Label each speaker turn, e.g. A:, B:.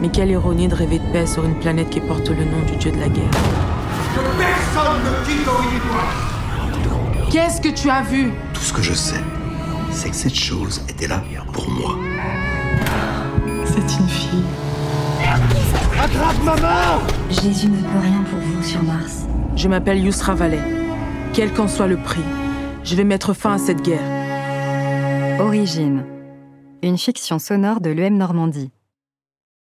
A: Mais quelle ironie de rêver de paix sur une planète qui porte le nom du dieu de la guerre.
B: Que personne ne quitte Orinois
A: Qu'est-ce que tu as vu
C: Tout ce que je sais, c'est que cette chose était là pour moi.
D: C'est une fille.
B: Attrape maman
E: Jésus ne peut rien pour vous sur Mars.
A: Je m'appelle Yusra Valet. Quel qu'en soit le prix, je vais mettre fin à cette guerre.
F: Origine. Une fiction sonore de l'UM Normandie.